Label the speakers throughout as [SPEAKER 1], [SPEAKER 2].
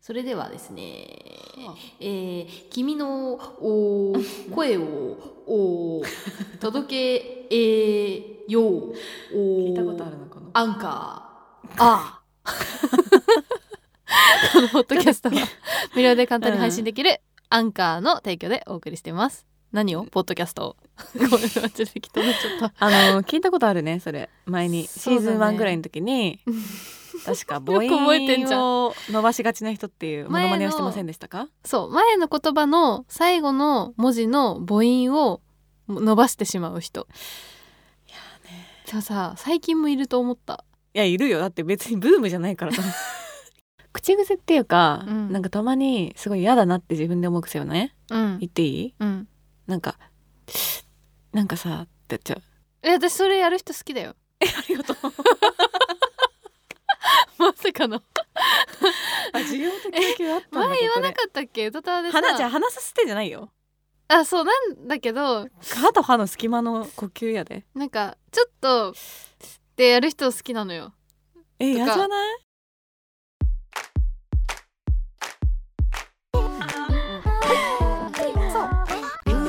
[SPEAKER 1] それではですね、
[SPEAKER 2] はあ
[SPEAKER 1] えー君のおー声を おー届け、えーようおー
[SPEAKER 2] 聞いたことあるのかな
[SPEAKER 1] アンカーあ
[SPEAKER 2] このポッドキャストは
[SPEAKER 3] 無料で簡単に配信できるアンカーの提供でお送りしています何をポッドキャストをこういうのちょっと適当になっちゃっ
[SPEAKER 2] あの聞いたことあるねそれ前に、シ
[SPEAKER 3] そう
[SPEAKER 2] ー
[SPEAKER 3] だね
[SPEAKER 2] ズン1ぐらいの時に確 か母
[SPEAKER 3] よく覚えてんじゃん
[SPEAKER 2] 音を伸ばしがちな人っていうモノマネをしてませんでしたか
[SPEAKER 3] たそう前の言葉の最後の文字の母音を伸ばしてしまう人でもさ最近もいると思った
[SPEAKER 2] いやいるよだって別にブームじゃないからさ 口癖っていうか、
[SPEAKER 3] うん
[SPEAKER 2] なんかたまにすごい嫌だなって自分で思う癖をね
[SPEAKER 3] うん
[SPEAKER 2] 言っていい
[SPEAKER 3] うん
[SPEAKER 2] なんかなんかさってやっちゃう
[SPEAKER 3] え私それやる人好きだよ
[SPEAKER 2] ありがとう
[SPEAKER 3] まさかの
[SPEAKER 2] あ需要と供給あったんだ
[SPEAKER 3] 前言わな
[SPEAKER 2] こ
[SPEAKER 3] かったっけトタワ
[SPEAKER 2] こ
[SPEAKER 3] で
[SPEAKER 2] で
[SPEAKER 3] さ
[SPEAKER 2] 花じゃあ鼻させてじゃないよ
[SPEAKER 3] あそうなんだけど
[SPEAKER 2] 歯と歯の隙間の呼吸やで
[SPEAKER 3] なんかちょっとってやる人好きなのよ
[SPEAKER 2] え
[SPEAKER 3] とか
[SPEAKER 2] 嫌じゃない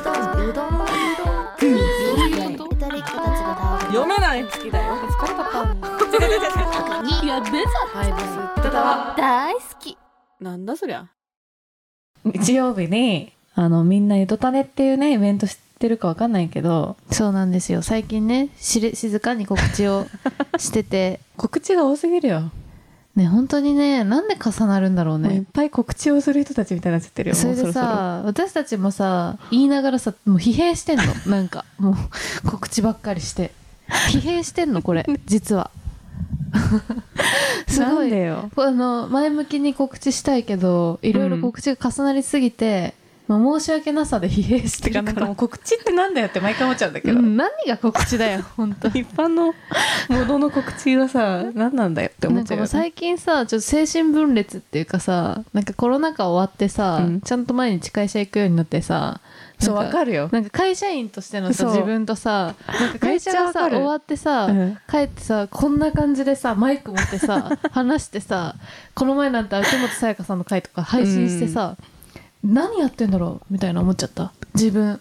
[SPEAKER 3] どういうこと
[SPEAKER 2] 読めない好きだよ疲れたった
[SPEAKER 1] ーやべ大好き
[SPEAKER 2] なんだそりゃ日曜日にあのみんな「ゆとたね」っていうねイベント知ってるかわかんないけど
[SPEAKER 3] そうなんですよ最近ねしれ静かに告知をして て
[SPEAKER 2] 告知が多すぎるよ
[SPEAKER 3] ね本当にねなんで重なるんだろう
[SPEAKER 2] もういっ
[SPEAKER 3] ね
[SPEAKER 2] ぱい告知をする人たちみたいになっちゃってるよ
[SPEAKER 3] それ
[SPEAKER 2] もう
[SPEAKER 3] で
[SPEAKER 2] ろろ
[SPEAKER 3] さ私たちもさ言いながらさもう疲弊 してんのなんかもう告知ばっかりして疲弊してんの これ実はす
[SPEAKER 2] な
[SPEAKER 3] ご
[SPEAKER 2] ん
[SPEAKER 3] い
[SPEAKER 2] でよ
[SPEAKER 3] あの前向きに告知したいけどいろいろ告知が重なりすぎて、まあ申し訳なさで疲弊して
[SPEAKER 2] てか
[SPEAKER 3] る
[SPEAKER 2] な
[SPEAKER 3] か
[SPEAKER 2] んからもう告知ってなんだよって毎回思っちゃうんだけ
[SPEAKER 3] う
[SPEAKER 2] ど、
[SPEAKER 3] ん、何が告 知だよ本当に
[SPEAKER 2] 一般のものの告知はさ何なんだよって思
[SPEAKER 3] な
[SPEAKER 2] っ
[SPEAKER 3] ん
[SPEAKER 2] ちゃうよ
[SPEAKER 3] かも
[SPEAKER 2] ね
[SPEAKER 3] う最近さちょっと精神分裂っていうかさなんかコロナ禍終わってさ、
[SPEAKER 2] うん
[SPEAKER 3] ちゃんと毎日会社行くようになってさ
[SPEAKER 2] そう
[SPEAKER 3] なん
[SPEAKER 2] わかるよ
[SPEAKER 3] なんか会社員としてのさ
[SPEAKER 2] そう
[SPEAKER 3] 自分とさなんか会社
[SPEAKER 2] め
[SPEAKER 3] が
[SPEAKER 2] っちゃ
[SPEAKER 3] さ
[SPEAKER 2] わかる
[SPEAKER 3] 終わってさ、
[SPEAKER 2] うん
[SPEAKER 3] 帰ってさこんな感じでさマイク持って さ話してさこの前なんて秋元さやかさんの回とか配信してさ、何やってんだろうみたいな思っちゃった自 分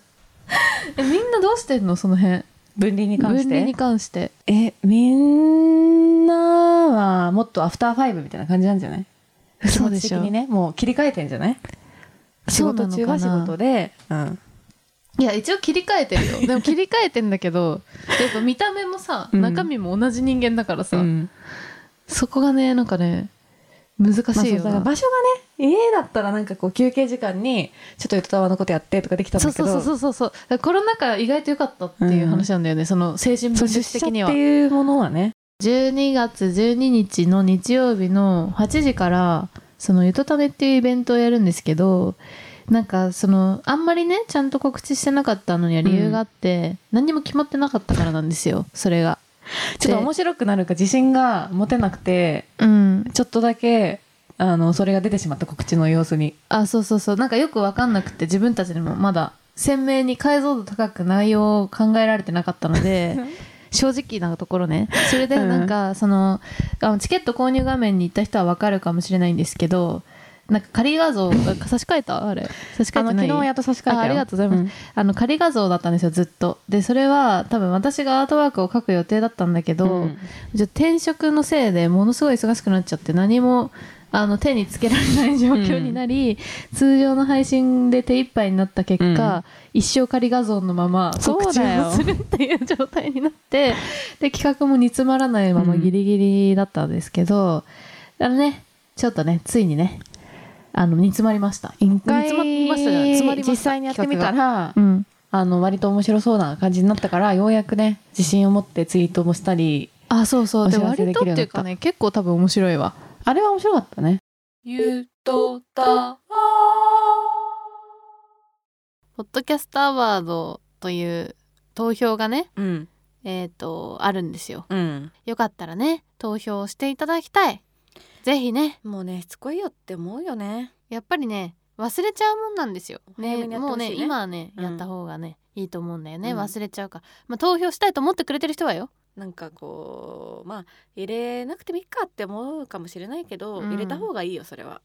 [SPEAKER 3] えみんなどうしてんのその辺
[SPEAKER 2] 分離に関
[SPEAKER 3] 分
[SPEAKER 2] して
[SPEAKER 3] 離に関して
[SPEAKER 2] えみんなはもっとアフターファイブみたいな感じなんじゃない気
[SPEAKER 3] そう
[SPEAKER 2] 持
[SPEAKER 3] で
[SPEAKER 2] ち
[SPEAKER 3] し
[SPEAKER 2] 的
[SPEAKER 3] ょ
[SPEAKER 2] にねもう切り替えてんじゃない仕
[SPEAKER 3] そうな
[SPEAKER 2] 事
[SPEAKER 3] の
[SPEAKER 2] 中
[SPEAKER 3] かな
[SPEAKER 2] は仕事で、うん、
[SPEAKER 3] いや一応切り替えてる よでも切り替えてんだけどやっぱ見た目もさ
[SPEAKER 2] うん
[SPEAKER 3] 中身も同じ人間だからさ、
[SPEAKER 2] うん
[SPEAKER 3] そこがねなんかね難
[SPEAKER 2] まあ
[SPEAKER 3] し
[SPEAKER 2] そ
[SPEAKER 3] い
[SPEAKER 2] う
[SPEAKER 3] よ
[SPEAKER 2] だから
[SPEAKER 3] な、
[SPEAKER 2] 場所がね家だったらなんかこう休憩時間にちょっとゆとたわのことやってとかできたん
[SPEAKER 3] そ
[SPEAKER 2] だ
[SPEAKER 3] う
[SPEAKER 2] けど
[SPEAKER 3] そうそうそうそうだからコロナ禍意外と良かったっていう話なんだよね、その精神
[SPEAKER 2] そ
[SPEAKER 3] 分
[SPEAKER 2] う出
[SPEAKER 3] 裂
[SPEAKER 2] 社
[SPEAKER 3] 的に
[SPEAKER 2] っ
[SPEAKER 3] は
[SPEAKER 2] ていうものはね
[SPEAKER 3] 12月12日の日曜日の8時からその「ゆとため」っていうイベントをやるんですけどなんかそのあんまりねちゃんと告知してなかったのには理由があって、何にも決まってなかったからなんですよそれが。
[SPEAKER 2] ちょっと面白くなるか自信が持てなくて
[SPEAKER 3] うん、
[SPEAKER 2] ちょっとだけあのそれが出てしまった告知の様子に
[SPEAKER 3] あそうそうそうなんかよく分かんなくて自分たちでもまだ鮮明に解像度高く内容を考えられてなかったので 正直なところねそれで
[SPEAKER 2] うん
[SPEAKER 3] なんかその、あのチケット購入画面に行った人は分かるかもしれないんですけどなんか仮画 像あ差し替えたあれ差し替
[SPEAKER 2] あ
[SPEAKER 3] え
[SPEAKER 2] の
[SPEAKER 3] てな
[SPEAKER 2] 昨
[SPEAKER 3] い
[SPEAKER 2] 日やっと差し替えたよ
[SPEAKER 3] あありがとうございます
[SPEAKER 2] ん
[SPEAKER 3] あの仮画像だったんですよずっとでそれは多分私がアートワークを描く予定だったんだけど、
[SPEAKER 2] うん
[SPEAKER 3] じゃあ転職のせいでものすごい忙しくなっちゃって何もあの手につけられない状況になり、通常の配信で手一杯になった結果、
[SPEAKER 2] うん
[SPEAKER 3] 一生仮画像のまま告
[SPEAKER 2] そう
[SPEAKER 3] 知
[SPEAKER 2] だよ
[SPEAKER 3] をするっていう状態になってで企画も煮詰まらないままギリギリだったんですけど、あのねちょっとねついにねあの煮詰まりました
[SPEAKER 2] 一
[SPEAKER 3] 煮
[SPEAKER 2] 回
[SPEAKER 3] 詰まりましたじゃない詰まりました
[SPEAKER 2] 実際にやってみた
[SPEAKER 3] 企
[SPEAKER 2] ら
[SPEAKER 3] うん
[SPEAKER 2] あの割と面白そうな感じになったからようやくね自信を持ってツイートもしたり
[SPEAKER 3] あそうそうで
[SPEAKER 2] お知らせ
[SPEAKER 3] 割
[SPEAKER 2] で
[SPEAKER 3] と
[SPEAKER 2] き
[SPEAKER 3] っ
[SPEAKER 2] るようになった
[SPEAKER 3] ていうかね結構多分面白いわ
[SPEAKER 2] あれは面白かったね
[SPEAKER 1] ゆとた
[SPEAKER 3] ポッドキャストアワードという投票がね
[SPEAKER 2] うん
[SPEAKER 3] えっ、とあるんですよ
[SPEAKER 2] うん
[SPEAKER 3] よかったらね投票していただきたいぜひね
[SPEAKER 2] もうねしつこいよって思うよね
[SPEAKER 3] やっぱりね忘れちゃうもんなんですよ、
[SPEAKER 2] 早めにやって
[SPEAKER 3] もう
[SPEAKER 2] ほしいね
[SPEAKER 3] ね今はね
[SPEAKER 2] うん
[SPEAKER 3] やった方がね、いいと思うんだよね
[SPEAKER 2] うん
[SPEAKER 3] 忘れちゃうから、まあ、投票したいと思ってくれてる人はよ
[SPEAKER 4] なんかこうまあ入れなくてもいいかって思うかもしれないけど、
[SPEAKER 3] うん
[SPEAKER 4] 入れた方がいいよそれは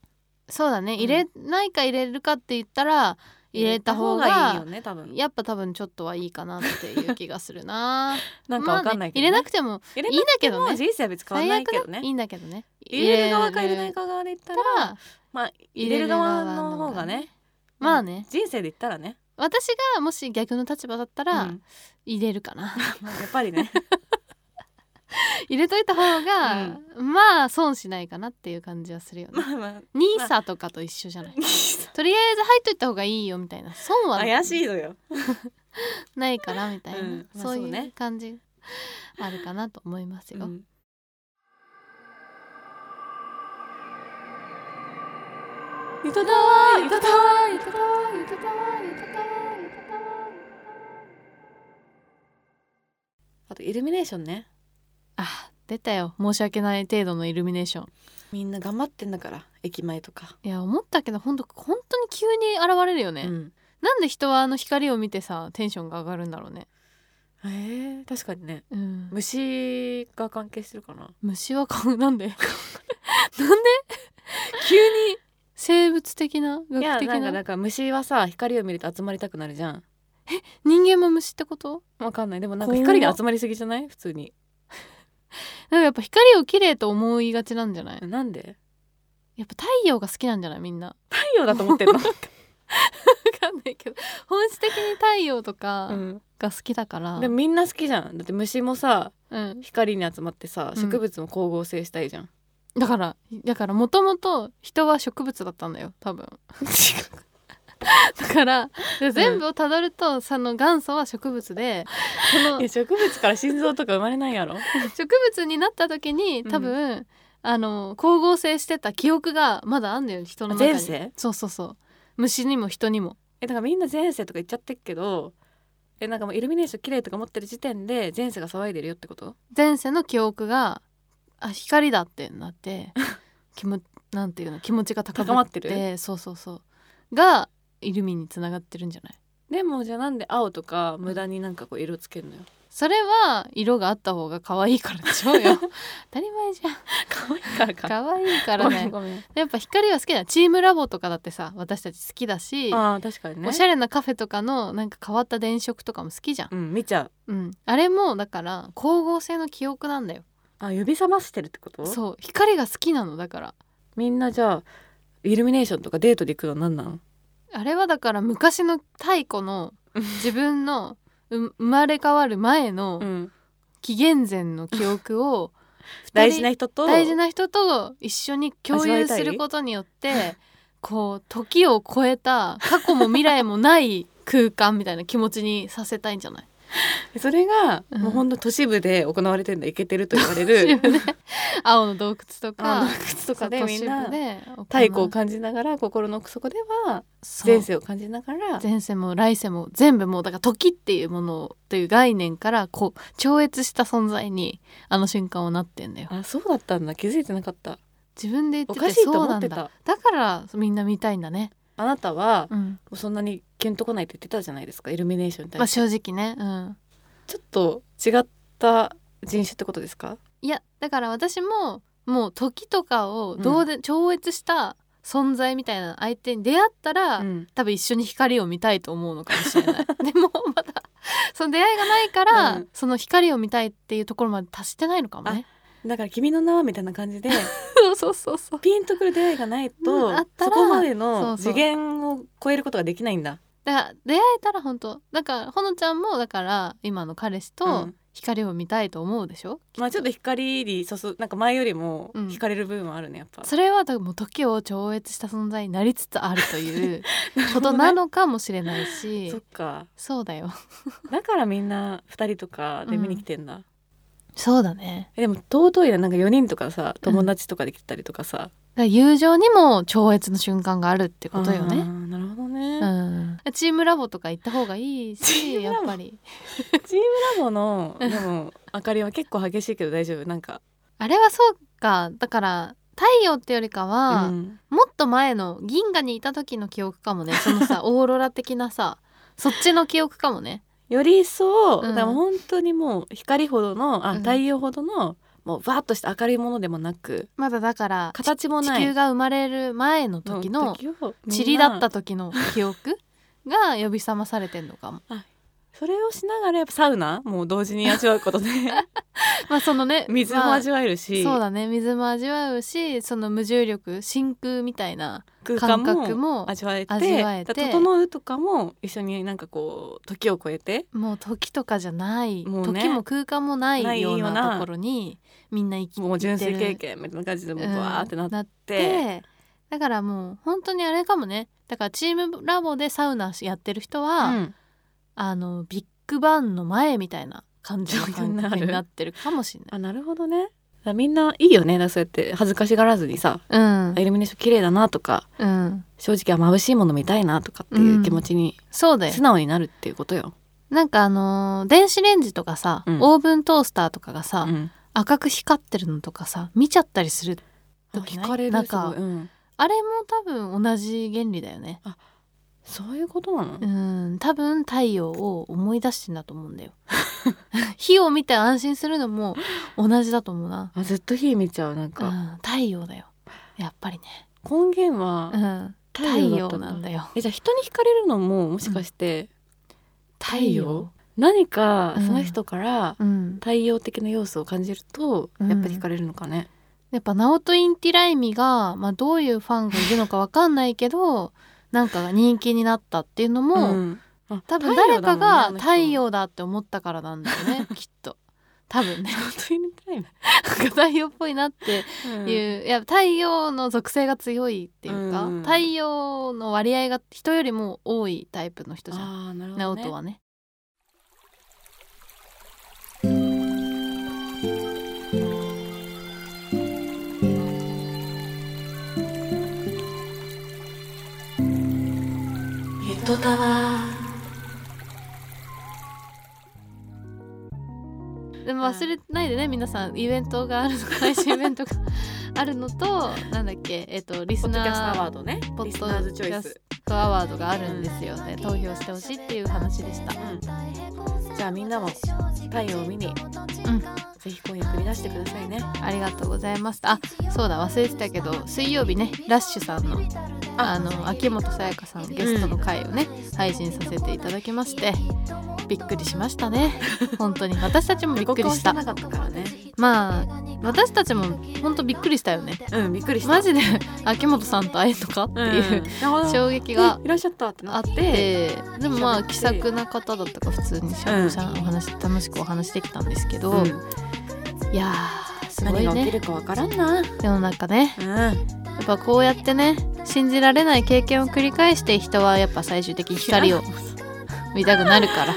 [SPEAKER 3] そうだね入れないか入れるかって言ったら入れた方が
[SPEAKER 2] いいよね多分
[SPEAKER 3] やっぱ多分ちょっとはいいかなっていう気がする な
[SPEAKER 2] なんかわかんないけど、ね
[SPEAKER 3] まあね入れなくても
[SPEAKER 2] 入れ
[SPEAKER 3] いいんだけど
[SPEAKER 2] も
[SPEAKER 3] ね
[SPEAKER 2] 人生は別に変わん
[SPEAKER 3] 最
[SPEAKER 2] な
[SPEAKER 3] 悪
[SPEAKER 2] いけど
[SPEAKER 3] だ
[SPEAKER 2] ね
[SPEAKER 3] いいんだけどね
[SPEAKER 2] 入れる側か入れない側で言った
[SPEAKER 3] た
[SPEAKER 2] ら
[SPEAKER 3] ら
[SPEAKER 2] まあ入れる側の方が
[SPEAKER 3] 入れ
[SPEAKER 2] ね
[SPEAKER 3] まあね
[SPEAKER 2] 人生で言ったらね、
[SPEAKER 3] 私がもし逆の立場だったら、
[SPEAKER 2] うん
[SPEAKER 3] 入れるかな
[SPEAKER 2] まあやっぱりね
[SPEAKER 3] 入れといた方が、まあ損しないかなっていう感じはするよね
[SPEAKER 2] まあ まあ
[SPEAKER 3] ニーサとかと一緒じゃないとりあえず入っといた方がいいよみたいな損は
[SPEAKER 2] 怪しいのよ
[SPEAKER 3] ないからみたいな、
[SPEAKER 2] うんまあ
[SPEAKER 3] そう
[SPEAKER 2] そう
[SPEAKER 3] い
[SPEAKER 2] ね
[SPEAKER 3] う感じあるかなと思いますよ、
[SPEAKER 2] うんゆとたわゆとたわゆとたわゆとたわゆとたわゆとたわあとイルミネーションね
[SPEAKER 3] あ出たよ申し訳ない程度のイルミネーション
[SPEAKER 2] みんな頑張ってんだから駅前とか、
[SPEAKER 3] いや思ったけど本当本当に急に現れるよね、
[SPEAKER 2] うん
[SPEAKER 3] なんで人はあの光を見てさテンションが上がるんだろうね、
[SPEAKER 2] えー、確かにね
[SPEAKER 3] うん、
[SPEAKER 2] 虫が関係してるかな
[SPEAKER 3] 虫は顔なんで なんで急に生物的ない
[SPEAKER 2] や
[SPEAKER 3] 学的
[SPEAKER 2] な
[SPEAKER 3] なん
[SPEAKER 2] かなんか虫はさ光を見ると集まりたくなるじゃん
[SPEAKER 3] 人間も虫ってこと
[SPEAKER 2] わかんないでもなんか
[SPEAKER 3] 怖っ
[SPEAKER 2] 光に集まりすぎじゃない普通に
[SPEAKER 3] なんかやっぱ光を綺麗と思いがちなんじゃない
[SPEAKER 2] なんで
[SPEAKER 3] やっぱ太陽が好きなんじゃないみんな
[SPEAKER 2] 太陽だと思ってんの、
[SPEAKER 3] わかんないけど 本質的に太陽とか
[SPEAKER 2] うん、
[SPEAKER 3] が好きだから、
[SPEAKER 2] でもみんな好きじゃんだって虫もさ
[SPEAKER 3] うん、
[SPEAKER 2] 光に集まってさ
[SPEAKER 3] うん
[SPEAKER 2] 植物も光合成したいじゃん、
[SPEAKER 3] だからだからもともと人は植物だったんだよ多 分だからで全部をたどると、その元祖は植 物でその
[SPEAKER 2] いや植物から心臓とか生まれないやろ
[SPEAKER 3] 植物になった時に
[SPEAKER 2] うん
[SPEAKER 3] 多分、あの光合成してた記憶がまだあんだよ人の中に
[SPEAKER 2] 前世
[SPEAKER 3] そうそうそう虫にも人にも
[SPEAKER 2] えだからみんな前世とか言っちゃってっけどえなんかもうイルミネーション綺麗とか持ってる時点で前世が騒いでるよってこと
[SPEAKER 3] 前世の記憶があ光だってなって 気もなんていうの気持ちが高ぶ
[SPEAKER 2] 高ま ってる
[SPEAKER 3] そうそうそうがイルミにつながってるんじゃない
[SPEAKER 2] でもじゃあなんで青とか無駄になんかこう色つけるのよ
[SPEAKER 3] それは色があった方が可愛いからでしょう よ当たり前じゃん
[SPEAKER 2] 可愛いからか
[SPEAKER 3] 可愛いか
[SPEAKER 2] かららね
[SPEAKER 3] ねやっぱ光は好きだチームラボとかだってさ私たち好きだし
[SPEAKER 2] ああ確かにね
[SPEAKER 3] おしゃれなカフェとかのなんか変わった電飾とかも好きじゃん、
[SPEAKER 2] うん見ちゃう
[SPEAKER 3] うん、あれもだから光合成の記憶なんだよ
[SPEAKER 2] あ指覚ましてるってこと
[SPEAKER 3] そう光が好きなのだから
[SPEAKER 2] みんなじゃあイルミネーションとかデートで行くのなんなん
[SPEAKER 3] あれはだから昔の太古の自 分のう生まれ変わる前の
[SPEAKER 2] ん
[SPEAKER 3] 紀元前の記 憶を
[SPEAKER 2] 大事な人
[SPEAKER 3] 人
[SPEAKER 2] と
[SPEAKER 3] 大事な人と一緒に共有することによって こう時を超えた過去も未来もない空間みたいな気持ちにさせたいんじゃない
[SPEAKER 2] それが、
[SPEAKER 3] うん
[SPEAKER 2] もうほんと都市部で行われてんだイケてると言われる
[SPEAKER 3] 自分で青の洞窟と
[SPEAKER 2] あ
[SPEAKER 3] か
[SPEAKER 2] の靴とかで
[SPEAKER 3] そう
[SPEAKER 2] みんな
[SPEAKER 3] 都市部で行う
[SPEAKER 2] 太古を感じながら心の奥底では
[SPEAKER 3] そう
[SPEAKER 2] 前世を感じながら
[SPEAKER 3] 前世も来世も全部もうだから時っていうものをという概念からこう超越した存在にあの瞬間をなってんだよ
[SPEAKER 2] あそうだったんだ気づいてなかった
[SPEAKER 3] 自分で言って
[SPEAKER 2] お
[SPEAKER 3] て
[SPEAKER 2] かしいと
[SPEAKER 3] そう
[SPEAKER 2] 思
[SPEAKER 3] な
[SPEAKER 2] っ
[SPEAKER 3] ん
[SPEAKER 2] て
[SPEAKER 3] だ
[SPEAKER 2] た
[SPEAKER 3] だからみんな見たいんだね、
[SPEAKER 2] あなたは
[SPEAKER 3] うん
[SPEAKER 2] もうそんなにキュンとこないって言ってたじゃないですかイルミネーションに
[SPEAKER 3] まあ、
[SPEAKER 2] 対して、
[SPEAKER 3] 正直ね、うん、
[SPEAKER 2] ちょっと違った人種ってことですか
[SPEAKER 3] いやだから私ももう時とかをどうで、超越した存在みたいな相手に出会ったら、
[SPEAKER 2] うん
[SPEAKER 3] 多分一緒に光を見たいと思うのかもしれない でもまだその出会いがないから、
[SPEAKER 2] うん
[SPEAKER 3] その光を見たいっていうところまで達してないのかもね
[SPEAKER 2] だから君の名はみたいな感じ で
[SPEAKER 3] そうそうそうそう
[SPEAKER 2] ピンとくる出会いがないと、
[SPEAKER 3] うんあった
[SPEAKER 2] そ
[SPEAKER 3] ら
[SPEAKER 2] こまでの
[SPEAKER 3] そうそ
[SPEAKER 2] 次
[SPEAKER 3] う
[SPEAKER 2] 元を超えることができないんだ。
[SPEAKER 3] だから出会えたら本当だからほのちゃんもだから今の彼氏
[SPEAKER 2] う
[SPEAKER 3] と
[SPEAKER 2] ん
[SPEAKER 3] 光を見たいと思うでしょ、
[SPEAKER 2] まあちょっと光に注なんか前よりも
[SPEAKER 3] うん
[SPEAKER 2] 惹かれる部分はあるねやっぱ。
[SPEAKER 3] それはだからもう時を超越した存在になりつつあるという
[SPEAKER 2] なる
[SPEAKER 3] こ
[SPEAKER 2] ほど
[SPEAKER 3] と
[SPEAKER 2] ね
[SPEAKER 3] なのかもしれないし
[SPEAKER 2] そっか。
[SPEAKER 3] そうだよ
[SPEAKER 2] だからみんな二人とかで見に来てんだ。
[SPEAKER 3] そうだね
[SPEAKER 2] えでも尊いななんか四人とかさ友達とかで来てたりとかさ。
[SPEAKER 3] だから友情にも超越の瞬間があるってことよ
[SPEAKER 2] あ
[SPEAKER 3] ね
[SPEAKER 2] ーなるほど
[SPEAKER 3] う
[SPEAKER 2] ね。
[SPEAKER 3] ん、チームラボとか行った方がいい
[SPEAKER 2] チー
[SPEAKER 3] し
[SPEAKER 2] ム
[SPEAKER 3] や
[SPEAKER 2] ラボ
[SPEAKER 3] っぱり
[SPEAKER 2] チームラボのでも明かりは結構激しいけど大丈夫なんか。
[SPEAKER 3] あれはそうかだから太陽ってよりかは、
[SPEAKER 2] うん
[SPEAKER 3] もっと前の銀河にいた時の記憶かもねそ のさオーロラ的なさそっちの記憶かもね
[SPEAKER 2] より一層、
[SPEAKER 3] うん
[SPEAKER 2] だから本当にもう光ほどのあ
[SPEAKER 3] うん
[SPEAKER 2] 太陽ほどのもうバーッとした明るいものでもなく
[SPEAKER 1] まだだから
[SPEAKER 2] 形も
[SPEAKER 1] 地
[SPEAKER 2] ない
[SPEAKER 1] 球が生まれる前の時の塵
[SPEAKER 2] 塵
[SPEAKER 1] だった時の記憶が呼び覚まされてんのかも
[SPEAKER 2] それをしながらやっぱサウナもう同時に味わう ことで
[SPEAKER 1] まあそのね
[SPEAKER 2] 水も味わえるし、
[SPEAKER 1] そうだね水も味わうしその無重力真空みたいな
[SPEAKER 2] 空
[SPEAKER 1] 感
[SPEAKER 2] 間
[SPEAKER 1] 覚
[SPEAKER 2] も
[SPEAKER 1] も
[SPEAKER 2] 味わえて
[SPEAKER 1] 味わえて
[SPEAKER 2] だから整うとかも一緒になんかこう時を超えて
[SPEAKER 1] もう時とかじゃない、
[SPEAKER 2] もうね
[SPEAKER 1] 時も空間もな
[SPEAKER 2] ない
[SPEAKER 1] いよ
[SPEAKER 2] よ
[SPEAKER 1] う
[SPEAKER 2] うな
[SPEAKER 1] なところにみんな生きてる
[SPEAKER 2] もう純粋経験みたいな感じでもうバーってなっ
[SPEAKER 1] うん
[SPEAKER 2] て、
[SPEAKER 1] だからもう本当にあれかもねだからチームラボでサウナやってる人は、
[SPEAKER 2] うん
[SPEAKER 1] あのビッグバンの前みたいな感じの感覚になってるかもしれない。
[SPEAKER 2] あなるほどねだからみんないいよねだからそうやって恥ずかしがらずにさ
[SPEAKER 1] うん
[SPEAKER 2] イルミネーション綺麗だなとか
[SPEAKER 1] うん、
[SPEAKER 2] 正直は眩しいもの見たいなとかっていう気持ちに
[SPEAKER 1] そうだよ
[SPEAKER 2] 素直になるっていうことよ。
[SPEAKER 1] なんかあのー電子レンジとかさ、
[SPEAKER 2] うん
[SPEAKER 1] オーブントースターとかがさ、
[SPEAKER 2] うん
[SPEAKER 1] 赤く光ってるのとかさ見ちゃったりする
[SPEAKER 2] あ
[SPEAKER 1] 時ない
[SPEAKER 2] 惹かれる
[SPEAKER 1] なん
[SPEAKER 2] すご
[SPEAKER 1] か
[SPEAKER 2] いうん
[SPEAKER 1] あれも多分同じ原理だよね
[SPEAKER 2] そういうことなの
[SPEAKER 1] うん多分太陽を思い出してんだと思うんだよ 火を見て安心するのも同じだと思うな、
[SPEAKER 2] あずっと火見ちゃうなん
[SPEAKER 1] う
[SPEAKER 2] か、
[SPEAKER 1] ん、太陽だよやっぱりね、
[SPEAKER 2] 根源は
[SPEAKER 1] うん、
[SPEAKER 2] 太
[SPEAKER 1] 太
[SPEAKER 2] 陽だった
[SPEAKER 1] 陽なんだよ
[SPEAKER 2] えじゃあ人に惹かれるのももしかして
[SPEAKER 1] 太
[SPEAKER 2] 陽何か
[SPEAKER 1] うん
[SPEAKER 2] その人から
[SPEAKER 1] うん、
[SPEAKER 2] 太陽的な要素を感じると
[SPEAKER 1] うん
[SPEAKER 2] やっぱり惹かれるのかね、
[SPEAKER 1] やっぱナオト・インティライミが、まあ、どういうファンがいるのかわかんないけどなんか人気になったっていうのも、
[SPEAKER 2] んあ
[SPEAKER 1] 多分誰かが
[SPEAKER 2] 太
[SPEAKER 1] 太
[SPEAKER 2] 陽
[SPEAKER 1] 陽だって思ったからなんだよね きっと多分ね
[SPEAKER 2] だもんねあの人本当に太
[SPEAKER 1] なんか太
[SPEAKER 2] 陽
[SPEAKER 1] 陽っぽいなっていう、
[SPEAKER 2] う
[SPEAKER 1] いや太陽の属性が強いっていうか、
[SPEAKER 2] うん
[SPEAKER 1] 太陽の割合が人よりも多いタイプの人じゃん
[SPEAKER 2] ああなるほ
[SPEAKER 1] ナ
[SPEAKER 2] ど、
[SPEAKER 1] オ
[SPEAKER 2] ね、
[SPEAKER 1] トはね。
[SPEAKER 2] ゆとたわ
[SPEAKER 1] でも忘れないでね皆さんイベントがあるのか配信イベントがあるの となんだっけえっ、とリ
[SPEAKER 2] ポ
[SPEAKER 1] ス
[SPEAKER 2] ッドキャスト
[SPEAKER 1] ナ
[SPEAKER 2] アワ
[SPEAKER 1] ー
[SPEAKER 2] ードね
[SPEAKER 1] ポッド
[SPEAKER 2] リスナーズチ
[SPEAKER 1] ポッ
[SPEAKER 2] ョイス、
[SPEAKER 1] ドキャストアワードがあるんですよね投票してほしいっていう話でした。
[SPEAKER 2] うん、じゃあみんなも太陽を見に、
[SPEAKER 1] うん
[SPEAKER 2] ぜひ今夜繰り出してくださいね
[SPEAKER 1] ありがとうございました。あ、そうだ忘れてたけど、水曜日ねラッシュさんのあの秋元さやかさんゲストの回をね、配信させていただきまして、びっくりしました ね。本当に私たちもびっくりした。
[SPEAKER 2] 予告をしてなかったからね
[SPEAKER 1] まあ私たちも本当びっくりしたよね。
[SPEAKER 2] うんびっくりした
[SPEAKER 1] マジで秋元さんと会えるのかっていう、
[SPEAKER 2] うん、
[SPEAKER 1] 衝撃が
[SPEAKER 2] えいらっしゃったって
[SPEAKER 1] あ
[SPEAKER 2] な
[SPEAKER 1] っ
[SPEAKER 2] って
[SPEAKER 1] てでもまあ気さくな方だったから普通にしゃ
[SPEAKER 2] うん
[SPEAKER 1] しゃお話楽しくお話できたんですけど、
[SPEAKER 2] うん
[SPEAKER 1] いやーすごい
[SPEAKER 2] 何が起き
[SPEAKER 1] ね
[SPEAKER 2] るかわからんな、
[SPEAKER 1] 世の中ね。
[SPEAKER 2] うん、
[SPEAKER 1] やっぱこうやってね信じられない経験を繰り返して人はやっぱ最終的に光を見たくなるから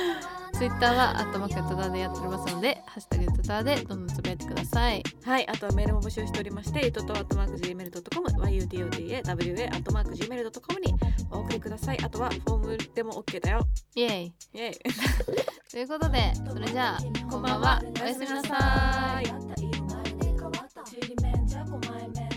[SPEAKER 1] ツイッターは「アットマークトダ」でやっておりますので「ハッシュタグトダ」でどんどんつぶやいてください
[SPEAKER 2] はい、あとはメールも募集しておりまして、ゆととアットマーク Gmail.com、yutotawa アットマーク Gmail.com にお送りください。あとはフォームでも OK だよ。
[SPEAKER 1] イエイ
[SPEAKER 2] イェイ。
[SPEAKER 1] ということでそれじゃあこんばんはおやすみなさい
[SPEAKER 2] い。
[SPEAKER 5] Diddy man, Jack on my man.